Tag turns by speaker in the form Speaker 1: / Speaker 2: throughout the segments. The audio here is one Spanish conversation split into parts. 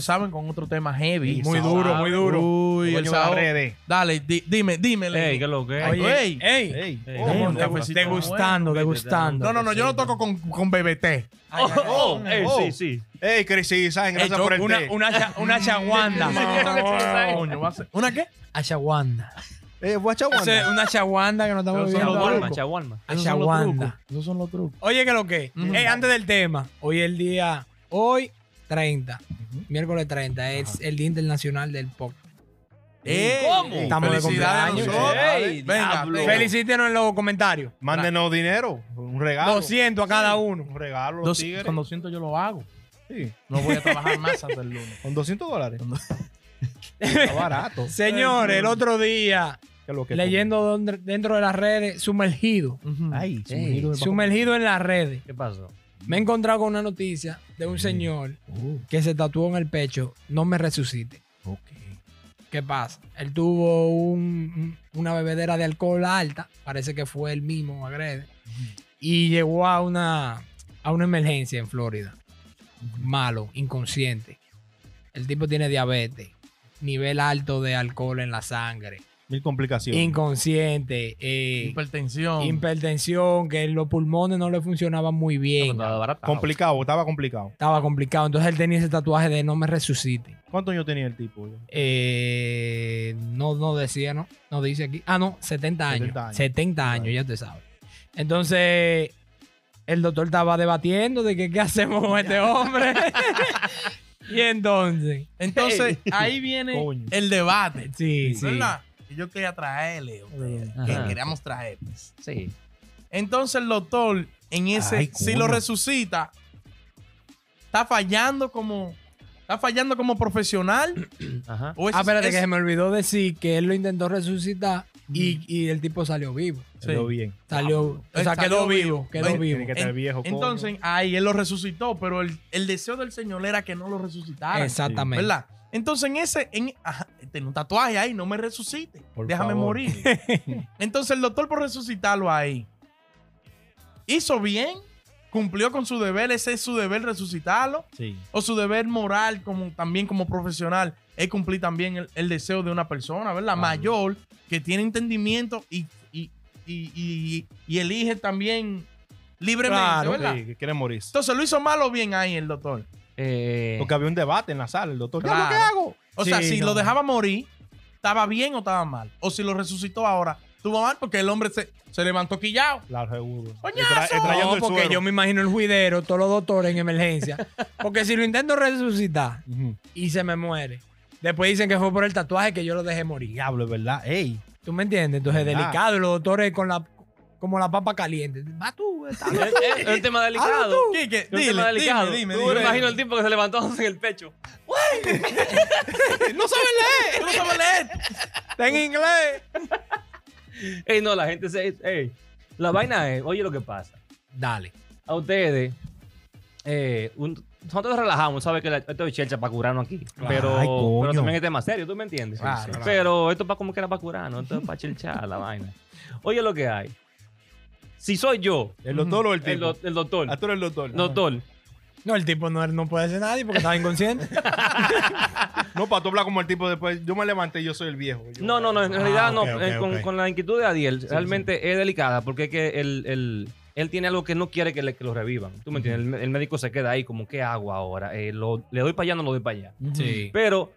Speaker 1: Saben con otro tema heavy,
Speaker 2: Muy duro, muy duro.
Speaker 1: Uy,
Speaker 2: Coño,
Speaker 1: el
Speaker 2: las
Speaker 1: sábado.
Speaker 2: redes.
Speaker 1: Dale, di- dime, dímele.
Speaker 3: Ey, ¿qué es lo que es?
Speaker 1: Ay, ey,
Speaker 2: Ey,
Speaker 4: Ey.
Speaker 3: Ey,
Speaker 2: ¿cómo
Speaker 3: ¿cómo
Speaker 1: un
Speaker 2: te-
Speaker 1: cafecito
Speaker 2: degustando, degustando.
Speaker 5: No, no, no, yo no toco con, con BBT.
Speaker 2: Ay, ay, ay.
Speaker 3: Oh, ey, sí, sí.
Speaker 4: Ey, Chris, sí, saben,
Speaker 2: Ey,
Speaker 4: gracias
Speaker 2: yo-
Speaker 4: por el
Speaker 2: una,
Speaker 4: té.
Speaker 2: una, cha- una chaguanda.
Speaker 1: Coño, va a ser-
Speaker 5: ¿Una qué? Achaguanda.
Speaker 4: Eh, guacha,
Speaker 2: Ese-
Speaker 4: guanda.
Speaker 2: una chaguanda que nos estamos
Speaker 5: Pero son
Speaker 2: viendo.
Speaker 5: los
Speaker 3: Chaguarma,
Speaker 5: trucos.
Speaker 3: chaguarma.
Speaker 5: Esos son los
Speaker 2: Achaguanda.
Speaker 5: trucos. Esos son los trucos.
Speaker 2: Oye, que lo que?
Speaker 5: Ujú.
Speaker 2: Ey, antes del tema, hoy el día, hoy 30, miércoles 30, es el Día Internacional del Pop.
Speaker 1: Ey,
Speaker 3: ¿Cómo?
Speaker 2: Estamos de
Speaker 4: Felicidades a
Speaker 2: cumpleaños.
Speaker 4: nosotros.
Speaker 3: Ey,
Speaker 1: Venga,
Speaker 3: diablo.
Speaker 1: venga.
Speaker 2: Felicítenos en los comentarios.
Speaker 4: Mándenos dinero, un regalo.
Speaker 2: 200 a cada
Speaker 4: Un
Speaker 2: uno.
Speaker 4: regalo, los
Speaker 1: Dos-
Speaker 4: tigres.
Speaker 1: con 200 yo lo hago.
Speaker 4: Sí,
Speaker 1: No voy a trabajar más hasta el lunes.
Speaker 4: con 200 dólares. Está barato.
Speaker 2: Señores, el otro día,
Speaker 4: Que lo que
Speaker 2: leyendo donde- dentro de las redes, sumergido.
Speaker 4: Ay,
Speaker 3: Ey,
Speaker 4: sumergido en el
Speaker 2: Sumergido en las redes.
Speaker 3: ¿Qué pasó?
Speaker 2: Me he encontrado con una noticia de un señor que se tatuó en el pecho, no me resucite.
Speaker 4: Ok.
Speaker 2: ¿Qué pasa? Él tuvo un- una bebedera de alcohol alta, parece que fue el mismo agrede, y llegó a una, a una emergencia en Florida. Malo, inconsciente. El tipo tiene diabetes, nivel alto de alcohol en la sangre,
Speaker 4: Mil complicaciones.
Speaker 2: inconsciente, eh,
Speaker 1: Hipertensión.
Speaker 2: hipertensión, que los pulmones no le funcionaban muy bien.
Speaker 4: complicado, estaba complicado.
Speaker 2: Estaba complicado. Entonces él tenía ese tatuaje de no me resucite.
Speaker 4: ¿Cuántos años tenía el tipo?
Speaker 2: Eh, no, no decía, ¿no? No dice aquí. Ah, no, 70 años.
Speaker 4: 70
Speaker 2: 70
Speaker 4: años.
Speaker 2: años, ya te sabes. Entonces, el doctor estaba debatiendo de que qué hacemos con este hombre. y entonces,
Speaker 1: Entonces, ahí viene
Speaker 4: Coño.
Speaker 1: el debate.
Speaker 2: sí, Ah, sí.
Speaker 1: ¿Verdad? Que Yo quería traerle, o sea, que
Speaker 3: Ajá.
Speaker 1: queríamos traerles.
Speaker 3: Sí.
Speaker 1: Entonces el doctor, en ese,
Speaker 4: Ay,
Speaker 1: si
Speaker 4: coño.
Speaker 1: lo resucita, está fallando como, está fallando como profesional.
Speaker 3: Ajá.
Speaker 1: o
Speaker 2: Ah,
Speaker 1: Pues es-
Speaker 2: espérate,
Speaker 1: es-
Speaker 2: que se me olvidó decir que él lo intentó resucitar y, y el tipo salió vivo.
Speaker 1: sí.
Speaker 4: Quedó bien.
Speaker 2: Salió, o
Speaker 1: él
Speaker 2: sea,
Speaker 1: salió
Speaker 2: quedó vivo,
Speaker 1: vivo.
Speaker 2: quedó
Speaker 1: Ven,
Speaker 2: vivo.
Speaker 4: Tiene que estar
Speaker 1: En-
Speaker 4: viejo. coño.
Speaker 1: Entonces, ahí él lo resucitó, pero el, el deseo del señor era que no lo resucitara.
Speaker 2: Exactamente.
Speaker 1: ¿Verdad? Entonces, en ese, en, ajá, tengo un tatuaje ahí, no me resucite.
Speaker 4: Por
Speaker 1: déjame
Speaker 4: favor.
Speaker 1: morir. Entonces, el doctor, por resucitarlo ahí, hizo bien, cumplió con su deber, ese es su deber resucitarlo,
Speaker 4: Sí.
Speaker 1: o su deber moral, como, también como profesional, es cumplir también el, el deseo de una persona, ¿verdad? Mayor, que tiene entendimiento y, y, y- y- y elige también libremente,
Speaker 2: Claro,
Speaker 1: ¿verdad?
Speaker 4: Sí, que quiere morir.
Speaker 1: Entonces, lo hizo mal o bien ahí el doctor.
Speaker 3: Eh,
Speaker 4: Porque había un debate en la sala, el doctor.
Speaker 1: Claro.
Speaker 4: ¿Qué es lo que hago?
Speaker 1: O sea,
Speaker 2: Sí,
Speaker 1: si
Speaker 2: no.
Speaker 1: lo dejaba morir, ¿estaba bien o estaba mal? O si lo resucitó ahora, ¿estuvo mal? Porque el hombre se, se levantó quillado.
Speaker 4: Claro, seguro.
Speaker 1: ¡Coñazo!
Speaker 4: Extra- extrayendo
Speaker 2: No,
Speaker 4: el
Speaker 2: porque
Speaker 4: suero.
Speaker 2: yo me imagino el juidero, todos los doctores en emergencia. Porque si lo intento resucitar
Speaker 4: Ujú.
Speaker 2: y se me muere, después dicen que fue por el tatuaje que yo lo dejé morir.
Speaker 4: Diablo, es verdad. Ey.
Speaker 2: ¿Tú me entiendes? Entonces es
Speaker 4: Ah.
Speaker 2: delicado. y Los doctores con la como la papa caliente. Va tú, está
Speaker 3: es,
Speaker 2: bien.
Speaker 3: eh, es- es un tema delicado.
Speaker 1: Quique,
Speaker 3: Es un tema
Speaker 1: dile,
Speaker 3: delicado.
Speaker 1: dime, dime,
Speaker 3: Yo
Speaker 1: dime.
Speaker 3: me imagino el tipo que se levantó en el pecho.
Speaker 1: ¡No sabe leer! ¡No sabe leer!
Speaker 2: Está en inglés.
Speaker 3: Ey, no, la gente se. Ey, la vaina es, oye lo que pasa.
Speaker 2: Dale.
Speaker 3: A ustedes, eh, un- nosotros nos relajamos, ¿sabes? Que la- esto es chelcha para curarnos aquí. Pero,
Speaker 4: Ay, coño.
Speaker 3: pero también es tema serio, ¿tú me entiendes?
Speaker 4: Claro, claro.
Speaker 3: Pero esto es para como que era para curarnos, esto es para chelchar la vaina. Oye lo que hay. Si soy yo,
Speaker 4: ¿El doctor o el
Speaker 3: el,
Speaker 4: tipo?
Speaker 3: do- el doctor,
Speaker 4: Arturo el doctor.
Speaker 3: doctor,
Speaker 2: No, el tipo no, no puede ser nadie porque estaba inconsciente.
Speaker 4: No, para tú hablar como el tipo después. Yo me levanté y yo soy el viejo. Yo-
Speaker 3: No, no, no, en
Speaker 2: Ah,
Speaker 3: realidad no.
Speaker 2: ok, ok,
Speaker 3: eh, con,
Speaker 2: ok.
Speaker 3: con la inquietud de Adiel, realmente es delicada porque es que él, él- él tiene algo que no quiere que, le- que lo revivan. ¿Tú me entiendes? El, el médico se queda ahí como, ¿qué hago ahora? Eh, lo- ¿Le doy para allá o no lo doy para allá?
Speaker 2: Sí.
Speaker 3: Pero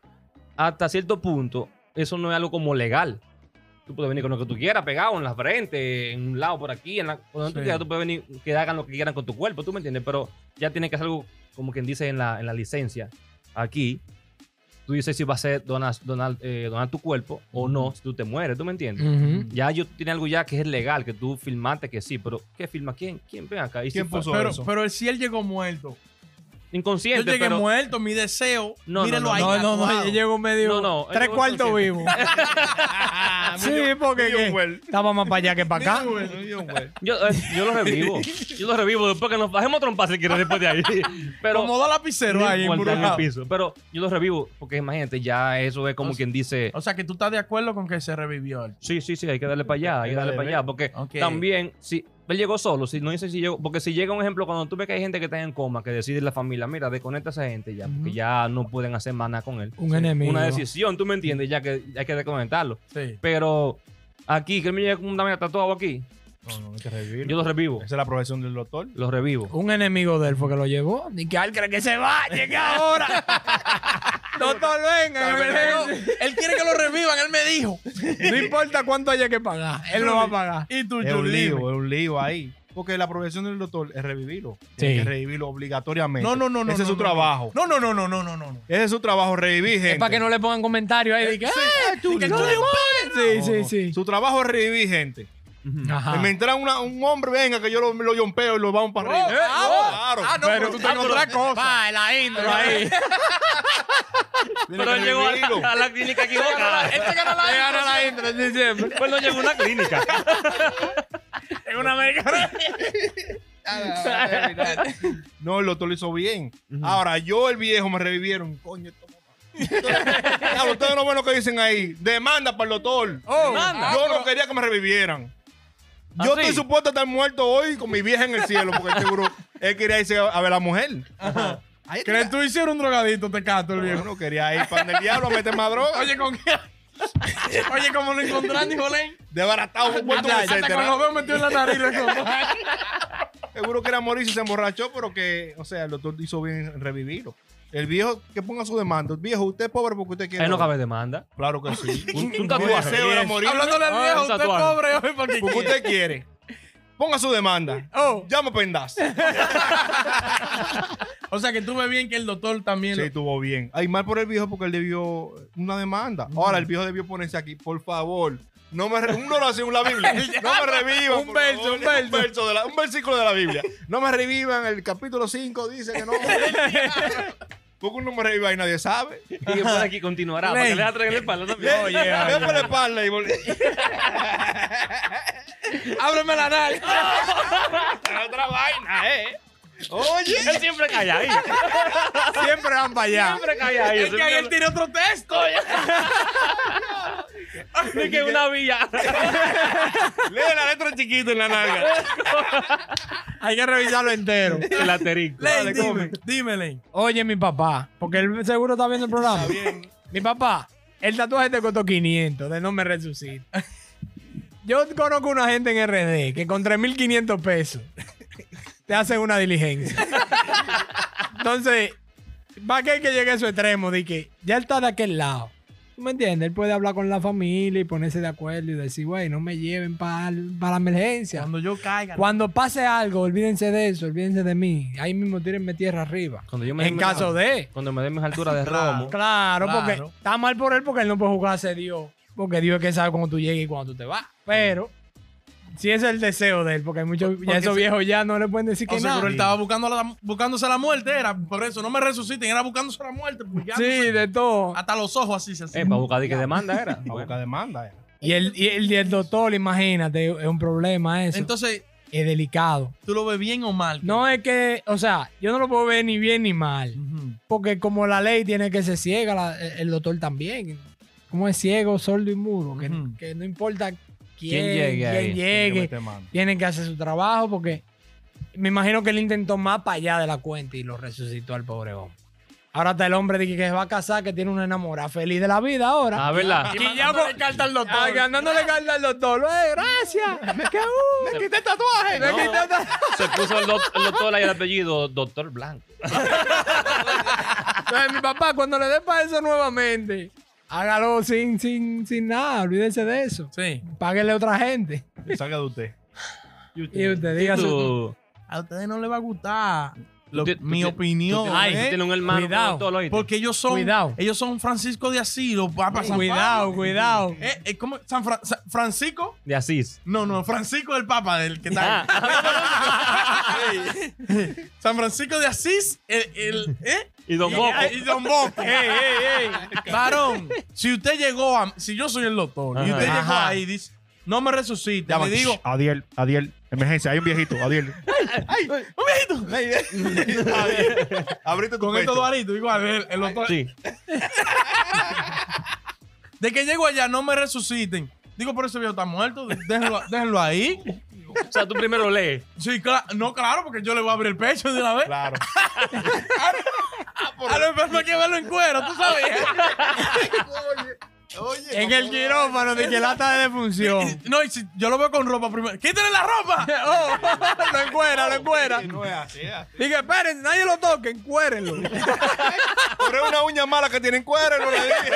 Speaker 3: hasta cierto punto, eso no es algo como legal. Tú puedes venir con lo que tú quieras, pegado en la frente, en un lado por aquí, en la, por donde tú
Speaker 1: Sí.
Speaker 3: quieras, tú puedes venir que hagan lo que quieran con tu cuerpo, ¿tú me entiendes? Pero ya tiene que hacer algo como quien dice en la, en la licencia. Aquí, tú dices si va a ser donar, donar, eh, donar tu cuerpo o no, si tú te mueres, ¿tú me entiendes?
Speaker 2: Ujú.
Speaker 3: Ya yo tiene algo ya que es legal, que tú filmaste que sí, pero ¿qué filma? ¿Quién? ¿Quién? Ven acá. ¿Y si
Speaker 4: ¿Quién
Speaker 3: fue-
Speaker 4: puso
Speaker 1: Pero,
Speaker 4: eso?
Speaker 1: pero si él llegó muerto, Yo
Speaker 3: inconsciente,
Speaker 1: llegué
Speaker 3: pero...
Speaker 1: muerto, mi deseo.
Speaker 3: No, no,
Speaker 1: mírelo
Speaker 3: no,
Speaker 1: ahí.
Speaker 2: No, no, no,
Speaker 1: tatuado.
Speaker 2: yo llego medio.
Speaker 3: No, no, él
Speaker 2: tres
Speaker 3: llegó
Speaker 2: cuartos
Speaker 3: inconsciente.
Speaker 2: vivos.
Speaker 4: Ah,
Speaker 2: sí, porque
Speaker 4: Ni un
Speaker 2: ¿qué?
Speaker 4: huel.
Speaker 2: estaba más para allá que para acá.
Speaker 3: Yo, eh, yo lo revivo. Yo lo revivo después que nos bajemos a trompar si quieres después de ahí. Pero,
Speaker 1: Como dos lapiceros
Speaker 3: no
Speaker 1: ahí
Speaker 3: importa, en el
Speaker 1: embrujados.
Speaker 3: piso. Pero yo lo revivo porque imagínate, ya eso es como
Speaker 1: O sea-
Speaker 3: quien dice...
Speaker 1: O sea, que tú estás de acuerdo con que se revivió. él.
Speaker 3: Sí, sí, sí, hay que darle para allá, hay que darle para allá. Porque
Speaker 1: Ok.
Speaker 3: también, si él llegó solo, si no dice si llegó, porque si llega un ejemplo, cuando tú ves que hay gente que está en coma, que decide la familia, mira, desconecta a esa gente ya, porque
Speaker 2: Ujú.
Speaker 3: ya no pueden hacer más nada con él.
Speaker 2: Un enemigo.
Speaker 3: Una decisión, tú me entiendes, ya que hay que desconectarlo.
Speaker 1: Sí.
Speaker 3: Pero aquí, que él me llega con una vaina tatuado aquí,
Speaker 4: No, no, hay que revivirlo.
Speaker 3: yo lo revivo,
Speaker 4: Esa es la profesión del doctor.
Speaker 3: lo revivo.
Speaker 2: Un enemigo de él fue que lo llevó. Ni que él cree que se va, llega ahora. Doctor, venga, emergencia.
Speaker 1: Él quiere que lo revivan, él me dijo.
Speaker 2: No importa cuánto haya que pagar, él lo va a pagar.
Speaker 1: Y tú,
Speaker 4: Es un
Speaker 1: Chulín.
Speaker 4: lío, es un lío ahí. Porque la profesión del doctor es revivirlo. Tiene
Speaker 2: Sí.
Speaker 4: que revivirlo obligatoriamente.
Speaker 1: No, no, no, no.
Speaker 4: eh. Ese es
Speaker 1: no,
Speaker 4: su
Speaker 1: no, no.
Speaker 4: trabajo.
Speaker 1: No, no, no, no, no, no, no. no.
Speaker 4: Ese es su trabajo, revivir gente.
Speaker 2: Es para que no le pongan comentarios ahí. de que, "Ah, tú,
Speaker 1: que
Speaker 2: no
Speaker 1: tú
Speaker 2: le
Speaker 1: le
Speaker 2: pones".
Speaker 4: No,
Speaker 2: Sí,
Speaker 4: no.
Speaker 2: sí, Ah. sí.
Speaker 4: Su trabajo es revivir gente.
Speaker 2: Ajá.
Speaker 4: Me entra una- un hombre, venga, que yo lo, lo yompeo y lo vamos para arriba.
Speaker 1: Oh,
Speaker 4: Eh,
Speaker 1: ah,
Speaker 4: claro.
Speaker 1: Ah, no, pero tú estás en otra cosa.
Speaker 2: Va, la intro ahí.
Speaker 4: Tiene
Speaker 3: Pero
Speaker 4: que
Speaker 3: él llegó a
Speaker 4: revivirlo.
Speaker 3: la, a la clínica equivocada.
Speaker 2: Este que no la gana la intro, sí, siempre.
Speaker 3: Pues no llegó a una clínica.
Speaker 2: Es una americana.
Speaker 4: No, el doctor lo hizo bien.
Speaker 3: Ujú.
Speaker 4: Ahora, yo, el viejo, me revivieron. Coño, esto Ya, ustedes no ven lo que dicen ahí. Demanda para el doctor.
Speaker 1: Oh.
Speaker 3: Demanda.
Speaker 4: Yo no quería que me revivieran.
Speaker 3: ¿Ah,
Speaker 4: Yo
Speaker 3: sí?
Speaker 4: estoy supuesto a estar muerto hoy con mi vieja en el cielo, porque él seguro él quería irse a a ver a la mujer.
Speaker 3: Ah,
Speaker 4: Ahí
Speaker 1: Que tú hicieron un drogadito, te cato el
Speaker 4: Yo
Speaker 1: viejo.
Speaker 4: no quería ir para el diablo a meter más droga.
Speaker 1: Oye, ¿con qué? Oye, ¿cómo lo encontraron, Jolén?
Speaker 4: Desbaratado, fue puesto un
Speaker 1: Hasta hasta con
Speaker 4: etcétera.
Speaker 1: los dedos metido en la nariz. le contó.
Speaker 4: Seguro que era morir y se emborrachó, pero que, o sea, el doctor hizo bien en revivirlo. El viejo que ponga su demanda. El viejo, usted es pobre porque usted quiere.
Speaker 3: Él no cabe demanda.
Speaker 4: Claro que sí.
Speaker 3: Un, un
Speaker 4: Mi
Speaker 3: tatuaje.
Speaker 4: deseo era morir.
Speaker 1: Hablándole al
Speaker 3: Ah,
Speaker 1: viejo,
Speaker 3: un
Speaker 1: usted es
Speaker 3: tatuaje.
Speaker 1: pobre hoy porque
Speaker 4: Porque
Speaker 1: quiere.
Speaker 4: usted quiere. Ponga su demanda.
Speaker 1: Oh,
Speaker 4: Llama Pendas.
Speaker 1: o sea, que tú ves bien que el doctor también...
Speaker 4: Sí,
Speaker 1: lo-
Speaker 4: estuvo bien. Ay, mal por el viejo porque él debió una demanda. Ahora el viejo debió ponerse aquí, por favor. No me re- una oración, una Biblia. No me revivan.
Speaker 1: Un
Speaker 4: por
Speaker 1: verso,
Speaker 4: favor.
Speaker 1: un verso.
Speaker 4: de la- un versículo de la Biblia. No me revivan. El capítulo 5 dice que no. Porque uno me reviva y nadie sabe.
Speaker 3: Y que por aquí continuará. Para que le atraigan el palo también.
Speaker 4: Oye, Ve por la espalda y vol-
Speaker 1: Ábreme la nariz.
Speaker 3: otra vaina, ¿eh?
Speaker 4: Oye.
Speaker 3: Él siempre calla ahí.
Speaker 2: Siempre van para allá.
Speaker 3: Siempre calla ahí.
Speaker 1: Es que ahí él tiene otro texto.
Speaker 3: Ni que una villa.
Speaker 4: Lee la letra chiquita en la nalga.
Speaker 2: Hay que revisarlo entero.
Speaker 3: El asterisco.
Speaker 1: Lane, dime, dime, Lane.
Speaker 2: Oye, mi papá, porque él seguro está viendo el programa. Mi papá, el tatuaje te costó 500, de no me resucita. Yo conozco una gente en RD que con 3.500 pesos te hacen una diligencia. Entonces, va que hay que llegue a su extremo de que ya él está de aquel lado. ¿Tú me entiendes? Él puede hablar con la familia y ponerse de acuerdo y decir, güey, no me lleven para la emergencia.
Speaker 1: Cuando yo caiga.
Speaker 2: Cuando pase algo, olvídense de eso, olvídense de mí. Ahí mismo tírenme tierra arriba.
Speaker 3: Cuando yo me
Speaker 2: En
Speaker 3: dé-
Speaker 2: caso de.
Speaker 3: Cuando me den mis alturas de romo.
Speaker 2: Claro,
Speaker 1: Claro.
Speaker 2: porque está mal por él porque él no puede jugarse Dios. Porque Dios es que sabe cuando tú llegas y cuando tú te vas. Pero si ese es el deseo de él, porque hay muchos, ya
Speaker 1: Porque
Speaker 2: esos
Speaker 1: se-
Speaker 2: viejos ya no le pueden decir
Speaker 1: O
Speaker 2: que
Speaker 1: seguro
Speaker 2: nada.
Speaker 1: él estaba buscando la- buscándose la muerte, era por eso, no me resuciten, era buscándose la muerte. porque ya no sé,
Speaker 2: Sí, de todo.
Speaker 1: hasta los ojos así se hacían.
Speaker 3: Eh, para buscar de que demanda era.
Speaker 4: A buscar demanda. eh.
Speaker 2: Y el, y el, y el doctor, imagínate, es un problema eso.
Speaker 1: Entonces,
Speaker 2: es delicado.
Speaker 1: ¿tú lo ves bien o mal?
Speaker 2: No es que, o sea, yo no lo puedo ver ni bien ni mal.
Speaker 1: Ujú.
Speaker 2: Porque como la ley tiene que ser ciega, la- el doctor también. Como es ciego, sordo y muro. Que,
Speaker 1: Ujú.
Speaker 2: que no importa quién,
Speaker 3: ¿Quién llegue ahí?
Speaker 2: quién
Speaker 4: Tiene que
Speaker 2: llegue,
Speaker 4: meter mano.
Speaker 2: tienen que hacer su trabajo porque me imagino que él intentó más para allá de la cuenta y lo resucitó al pobre hombre. Ahora está el hombre de que, que se va a casar, que tiene una enamorada feliz de la vida ahora.
Speaker 3: Ah, ¿verdad?
Speaker 2: Y ya por carta al doctor. dándole carta al doctor. "Eh, gracias. ¡Qué uh,
Speaker 3: quité
Speaker 2: el tatuaje.
Speaker 3: No. Se puso el, doc- el doctor ahí el apellido Doctor Blanco.
Speaker 2: Entonces, mi papá, cuando le dé para eso nuevamente, hágalo sin, sin, sin nada. Olvídense de eso.
Speaker 1: Sí.
Speaker 2: Páguele a otra gente.
Speaker 4: Salga de usted.
Speaker 2: Y usted diga su.
Speaker 3: Tú,
Speaker 1: A ustedes no les va a gustar. Lo-
Speaker 3: Tú ti- tú
Speaker 1: mi
Speaker 3: ti-
Speaker 1: opinión. ¿eh?
Speaker 3: Tú
Speaker 2: Ay,
Speaker 3: tienes- tienes un hermano
Speaker 2: ¿eh? cuidado,
Speaker 3: todo lo oíste.
Speaker 1: Porque ellos son,
Speaker 2: Cuidado.
Speaker 1: ellos son Francisco de Asilo, Papa San
Speaker 2: Cuidado,
Speaker 1: Pablo.
Speaker 2: cuidado.
Speaker 1: Eh, eh, ¿cómo? San Fra- San- Francisco.
Speaker 3: de Asís.
Speaker 1: No, no, Francisco el Papa, del que está.
Speaker 3: Ah,
Speaker 1: San Francisco de Asís, el, el- ¿eh?
Speaker 3: y Don
Speaker 1: Y-
Speaker 3: Boco.
Speaker 1: Y, Don Boco. Varón, si usted llegó a. Si yo soy el doctor y
Speaker 3: Ajá.
Speaker 1: usted llegó
Speaker 2: Ajá.
Speaker 1: ahí y dice, no me resucite,
Speaker 4: Llama,
Speaker 1: le digo,
Speaker 4: shh, Adiel, Adiel, emergencia, hay un viejito, Adiel.
Speaker 1: un viejito.
Speaker 4: Abrite tu
Speaker 1: Con estos
Speaker 4: pecho.
Speaker 1: dos aritos, igual, el, el doctor.
Speaker 3: Sí.
Speaker 1: De que llego allá, no me resuciten. Digo, pero ese viejo está muerto, déjenlo, déjenlo ahí.
Speaker 3: O sea, tú primero lees.
Speaker 1: Sí, cla- no, claro, porque yo le voy a abrir el pecho de una vez.
Speaker 4: Claro.
Speaker 1: A lo enfermo hay que verlo en cuero, tú sabías.
Speaker 4: Oye,
Speaker 2: En el quirófano de que lata de defunción.
Speaker 1: No, y si yo lo veo con ropa primero. ¡Quítenle la ropa! Oh,
Speaker 2: lo encuera, lo encuera.
Speaker 4: no es así. es así.
Speaker 2: Dije, esperen, nadie lo toque, encuérenlo.
Speaker 4: Pero es una uña mala que tienen cuero, no le dije.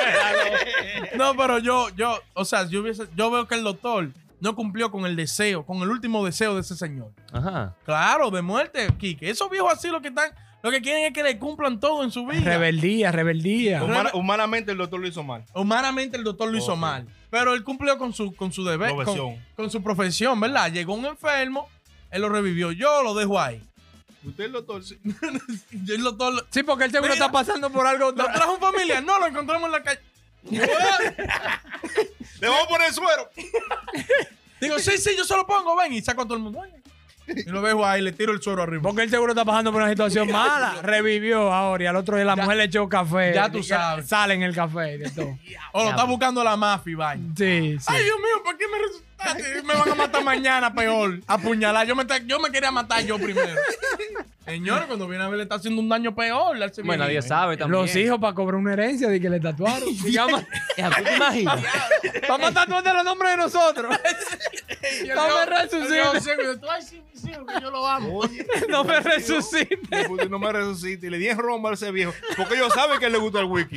Speaker 1: No, pero yo, yo, o sea, yo, hubiese- yo veo que el doctor no cumplió con el deseo, con el último deseo de ese señor.
Speaker 3: Ajá.
Speaker 1: Claro, de muerte, Quique. Esos viejos así lo que están, lo que quieren es que le cumplan todo en su vida.
Speaker 2: rebeldía, rebeldía.
Speaker 4: Humana- humanamente el doctor lo hizo mal.
Speaker 1: Humanamente el doctor lo hizo mal, pero él cumplió con su, con su deber, con,
Speaker 4: Profesión.
Speaker 1: con su profesión, ¿verdad? Llegó un enfermo, él lo revivió. Yo lo dejo ahí.
Speaker 4: Usted el doctor. sí.
Speaker 1: Yo el doctor lo-
Speaker 2: Sí, porque él seguro
Speaker 1: Mira.
Speaker 2: está pasando por algo.
Speaker 1: lo trajo un familiar, no lo encontramos en la calle.
Speaker 4: Le vamos a poner suero.
Speaker 1: Digo, sí, sí, yo se lo pongo, ven, y saco a todo el mundo. "Oye". Y lo dejo ahí, le tiro el suero arriba.
Speaker 2: Porque él seguro está pasando por una situación mala. Revivió ahora y al otro día la mujer le echó café.
Speaker 1: ya tú
Speaker 2: Dije,
Speaker 1: sabes.
Speaker 2: Sale en el café. y de todo.
Speaker 1: O lo está buscando la mafia, vaina.
Speaker 2: Sí, sí.
Speaker 1: Ay, Dios mío, ¿por qué me resultaste? Me van a matar mañana peor. Apuñalar. Yo me, ta- yo me quería matar yo primero. Señor, cuando viene a ver, le está haciendo un daño peor. a ese
Speaker 3: Bueno, nadie
Speaker 1: viejito.
Speaker 3: sabe también.
Speaker 2: eh. Los hijos para cobrar una herencia de que le tatuaron. Digamos,
Speaker 3: Ya, ¿Tú te imaginas?
Speaker 2: Vamos a tatuarte los nombres de nosotros.
Speaker 1: Y el
Speaker 2: No me
Speaker 1: viejo-
Speaker 2: resucite.
Speaker 1: el viejo ciego, y yo, tú, ay, sí, mis hijos, que yo lo amo.
Speaker 4: Oye.
Speaker 2: No me resucite.
Speaker 4: Me puse, no me resucite. Y le di en romba a ese viejo. Porque ellos saben que él le gusta el wiki.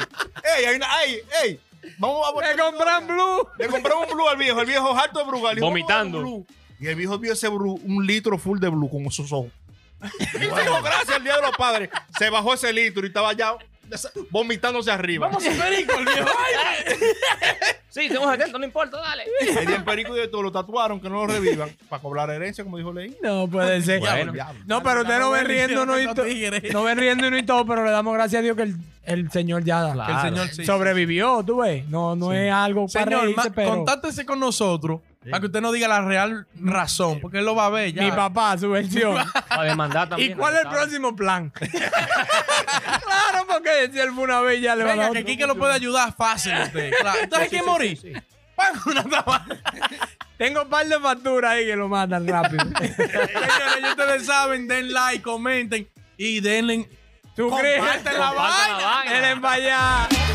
Speaker 4: ¡Ey, hay una- ey, ey! Vamos a
Speaker 2: Me
Speaker 4: poner.
Speaker 2: compran blue.
Speaker 4: Le compramos un blue al viejo. El viejo harto de blue. le dijo,
Speaker 3: Vomitando.
Speaker 4: "Vamos a dar un blue". Y el viejo vio ese blue, un litro full de blue con sus ojos. Y dijo, gracias al día de los padres. Se bajó ese litro y estaba ya desa- vomitándose arriba.
Speaker 1: Vamos a ser perico, el viejo. Ay,
Speaker 3: Sí, tenemos atento, no importa, dale.
Speaker 4: Le dieron perico y de todo. Lo tatuaron, que no lo revivan. Para cobrar herencia, como dijo Leí.
Speaker 2: No puede ser.
Speaker 3: Bueno.
Speaker 4: Diablo.
Speaker 2: No, pero ustedes no ven riendo no y todo. No ven riendo no y todo, pero le damos gracias a Dios que el, el señor ya
Speaker 1: Que el
Speaker 3: Claro.
Speaker 1: señor sí.
Speaker 2: sobrevivió, tú ves. No, no es algo para
Speaker 1: Señor,
Speaker 2: reírse,
Speaker 1: ma-
Speaker 2: pero
Speaker 1: contáctese con nosotros para que usted nos diga la real razón, porque él lo va a ver ya.
Speaker 2: mi papá, su versión.
Speaker 3: Para demandar también.
Speaker 2: ¿Y cuál es el
Speaker 3: ¿sabes?
Speaker 2: próximo plan? claro, porque si él fue una vez ya le va a
Speaker 1: Venga,
Speaker 2: dar
Speaker 1: que
Speaker 2: otro.
Speaker 1: Kike lo puede ayudar fácil a usted. Claro. Entonces, ¿quién morir? Pan con una tabla.
Speaker 2: Tengo un par de facturas ahí que lo matan rápido.
Speaker 1: Señores, ya ustedes saben, den like, comenten y denle.
Speaker 2: Suscríbete
Speaker 1: Compartan la
Speaker 3: vaina.
Speaker 2: Denle para allá.